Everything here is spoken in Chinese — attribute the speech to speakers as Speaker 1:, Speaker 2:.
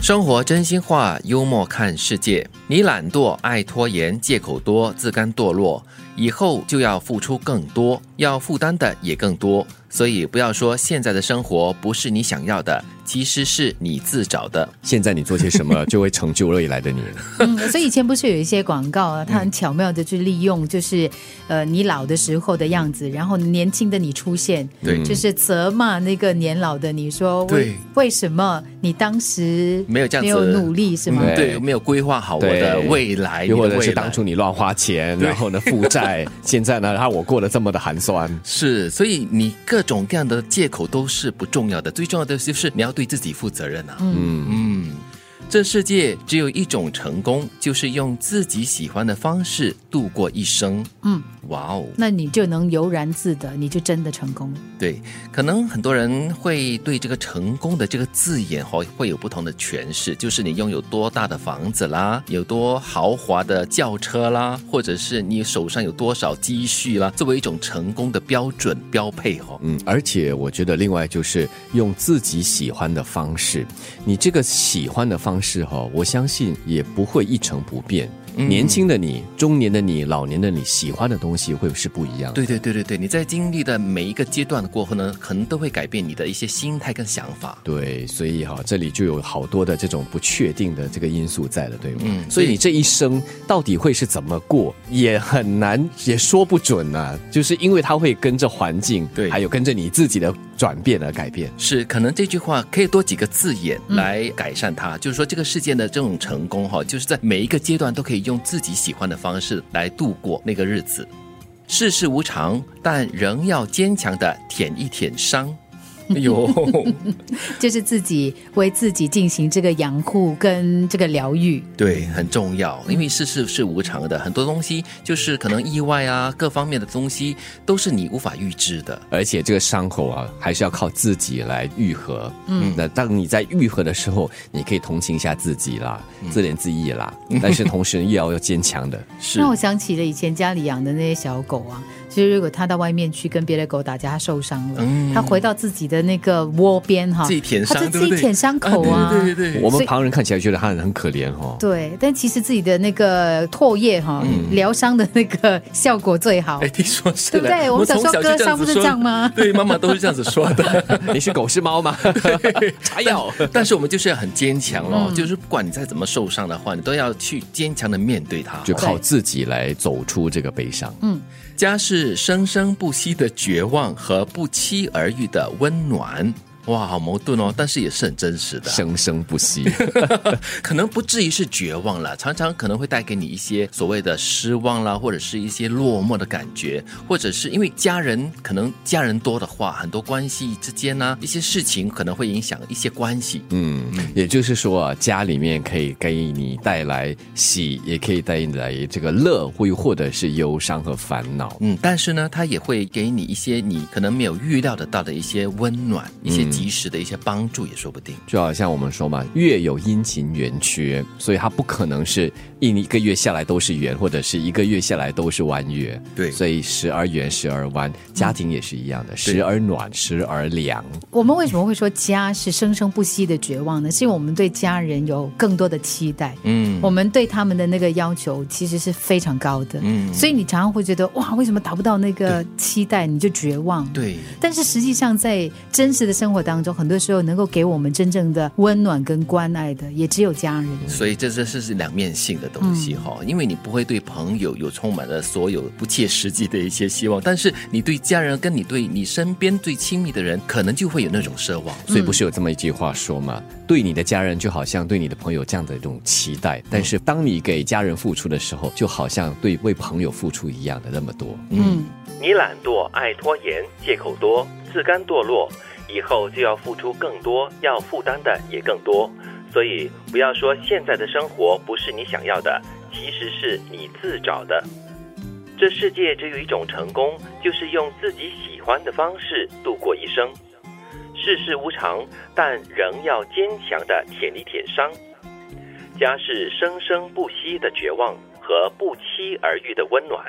Speaker 1: 生活真心话，幽默看世界。你懒惰，爱拖延，借口多，自甘堕落，以后就要付出更多，要负担的也更多。所以不要说现在的生活不是你想要的，其实是你自找的。
Speaker 2: 现在你做些什么，就会成就未 来的你。
Speaker 3: 嗯，所以以前不是有一些广告啊，它很巧妙的去利用，就是呃你老的时候的样子，然后年轻的你出现，
Speaker 1: 对
Speaker 3: 就是责骂那个年老的你说，
Speaker 1: 嗯对
Speaker 3: 为为什么你当时
Speaker 1: 没有这样
Speaker 3: 没
Speaker 1: 子
Speaker 3: 有努力是吗？
Speaker 2: 嗯
Speaker 1: 对，有没有规划好我的
Speaker 2: 对
Speaker 1: 未来，哎
Speaker 2: 又
Speaker 1: 你
Speaker 2: 或
Speaker 1: 的
Speaker 2: 者是
Speaker 1: 未来
Speaker 2: 当初你乱花钱，然后呢 负债，现在呢让我过得这么的寒酸。
Speaker 1: 是，所以你各种各样的借口都是不重要的，最重要的就是你要对自己负责任啊。嗯嗯，这世界只有一种成功，就是用自己喜欢的方式度过一生。
Speaker 3: 嗯，
Speaker 1: 哇哦，
Speaker 3: 那你就能悠然自得，你就真的成功了。
Speaker 1: 对，可能很多人会对这个“成功”的这个字眼哦，会有不同的诠释，就是你拥有多大的房子啦，有多豪华的轿车啦，或者是你手上有多少积蓄啦，作为一种成功的标准标配哦。
Speaker 2: 嗯，而且我觉得另外就是用自己喜欢的方式，你这个喜欢的方式哈、我相信也不会一成不变。
Speaker 1: 嗯
Speaker 2: 年轻的你、中年的你、老年的你，喜欢的东西会是不一样的。
Speaker 1: 对对对对对，你在经历的每一个阶段过后呢，可能都会改变你的一些心态跟想法。
Speaker 2: 对，所以哈、这里就有好多的这种不确定的这个因素在了，对吗？
Speaker 1: 嗯
Speaker 2: 所以你这一生到底会是怎么过，也很难，也说不准呐、就是因为它会跟着环境，
Speaker 1: 对
Speaker 2: 还有跟着你自己的转变而改变。
Speaker 1: 是，可能这句话可以多几个字眼来改善它，就是说这个事件的这种成功哈，就是在每一个阶段都可以用自己喜欢的方式来度过那个日子。世事无常，但仍要坚强的舔一舔伤。哎呦，
Speaker 3: 就是自己为自己进行这个养护跟这个疗愈。
Speaker 1: 对，很重要，因为世事是无常的，很多东西就是可能意外啊，各方面的东西都是你无法预知的。
Speaker 2: 而且这个伤口啊，还是要靠自己来愈合。嗯，那当你在愈合的时候，你可以同情一下自己啦，自怜自艾啦。但是同时也要要坚强的。
Speaker 1: 是
Speaker 3: 让我想起了以前家里养的那些小狗啊，就是如果它到外面去跟别的狗打架，它受伤了，它回到自己的那个窝边哈，
Speaker 1: 嗯自己舔伤
Speaker 3: 它就自
Speaker 1: 对不
Speaker 3: 己
Speaker 1: 对
Speaker 3: 舔伤口啊。
Speaker 1: 对对对，
Speaker 2: 我们旁人看起来觉得他很可怜哦。
Speaker 3: 对但其实自己的那个唾液哈，疗伤的那个效果最好
Speaker 1: 嗯哎，。听说是
Speaker 3: 对不
Speaker 1: 嘞
Speaker 3: 对我们小时候
Speaker 1: 从小就
Speaker 3: 割
Speaker 1: 这样
Speaker 3: 伤
Speaker 1: 子
Speaker 3: 不是
Speaker 1: 说
Speaker 3: 这样吗
Speaker 1: 对，妈妈都是这样子说 的。
Speaker 2: 你是狗是猫吗？ 查药。
Speaker 1: 但是我们就是要很坚强
Speaker 3: 嗯
Speaker 1: 咯，就是不管你再怎么受伤的话，你都要去坚强的面对它。
Speaker 2: 就靠自己来走出这个悲伤。
Speaker 1: 家是生生不息的绝望和不期而遇的温暖。哇，好矛盾哦，但是也是很真实的，
Speaker 2: 生生 不息。
Speaker 1: 可能不至于是绝望了，常常可能会带给你一些所谓的失望啦，或者是一些落寞的感觉，或者是因为家人可能家人多的话，很多关系之间呢、一些事情可能会影响一些关系。
Speaker 2: 嗯，也就是说啊，家里面可以给你带来喜，也可以带来这个乐，会或者是忧伤和烦恼。
Speaker 1: 嗯，但是呢，它也会给你一些你可能没有预料得到的一些温暖，一
Speaker 2: 嗯
Speaker 1: 些及时的一些帮助也说不定。
Speaker 2: 就好像我们说嘛，月有阴晴圆缺，所以它不可能是一一个月下来都是圆，或者是一个月下来都是弯月。
Speaker 1: 对
Speaker 2: 所以时而圆，时而弯，家庭也是一样的，时而暖，时而凉。
Speaker 3: 我们为什么会说家是生生不息的绝望呢？是因为我们对家人有更多的期待，
Speaker 1: 嗯
Speaker 3: 我们对他们的那个要求其实是非常高的，
Speaker 1: 嗯，
Speaker 3: 所以你常常会觉得哇，为什么达不到那个期待，你就绝望。
Speaker 1: 对，
Speaker 3: 但是实际上，在真实的生活当中，很多时候能够给我们真正的温暖跟关爱的，也只有家人。
Speaker 1: 所以这这是是两面性的东西哈、因为你不会对朋友有充满了所有不切实际的一些希望，但是你对家人跟你对你身边最亲密的人，可能就会有那种奢望。
Speaker 2: 所以不是有这么一句话说嘛，对你的家人就好像对你的朋友这样的一种期待，但是当你给家人付出的时候，就好像对为朋友付出一样的那么多。
Speaker 3: 嗯，
Speaker 4: 你懒惰、爱拖延、借口多、自甘堕落，以后就要付出更多，要负担的也更多。所以不要说现在的生活不是你想要的，其实是你自找的。这世界只有一种成功，就是用自己喜欢的方式度过一生。世事无常，但仍要坚强的舔一舔伤。家是生生不息的绝望和不期而遇的温暖。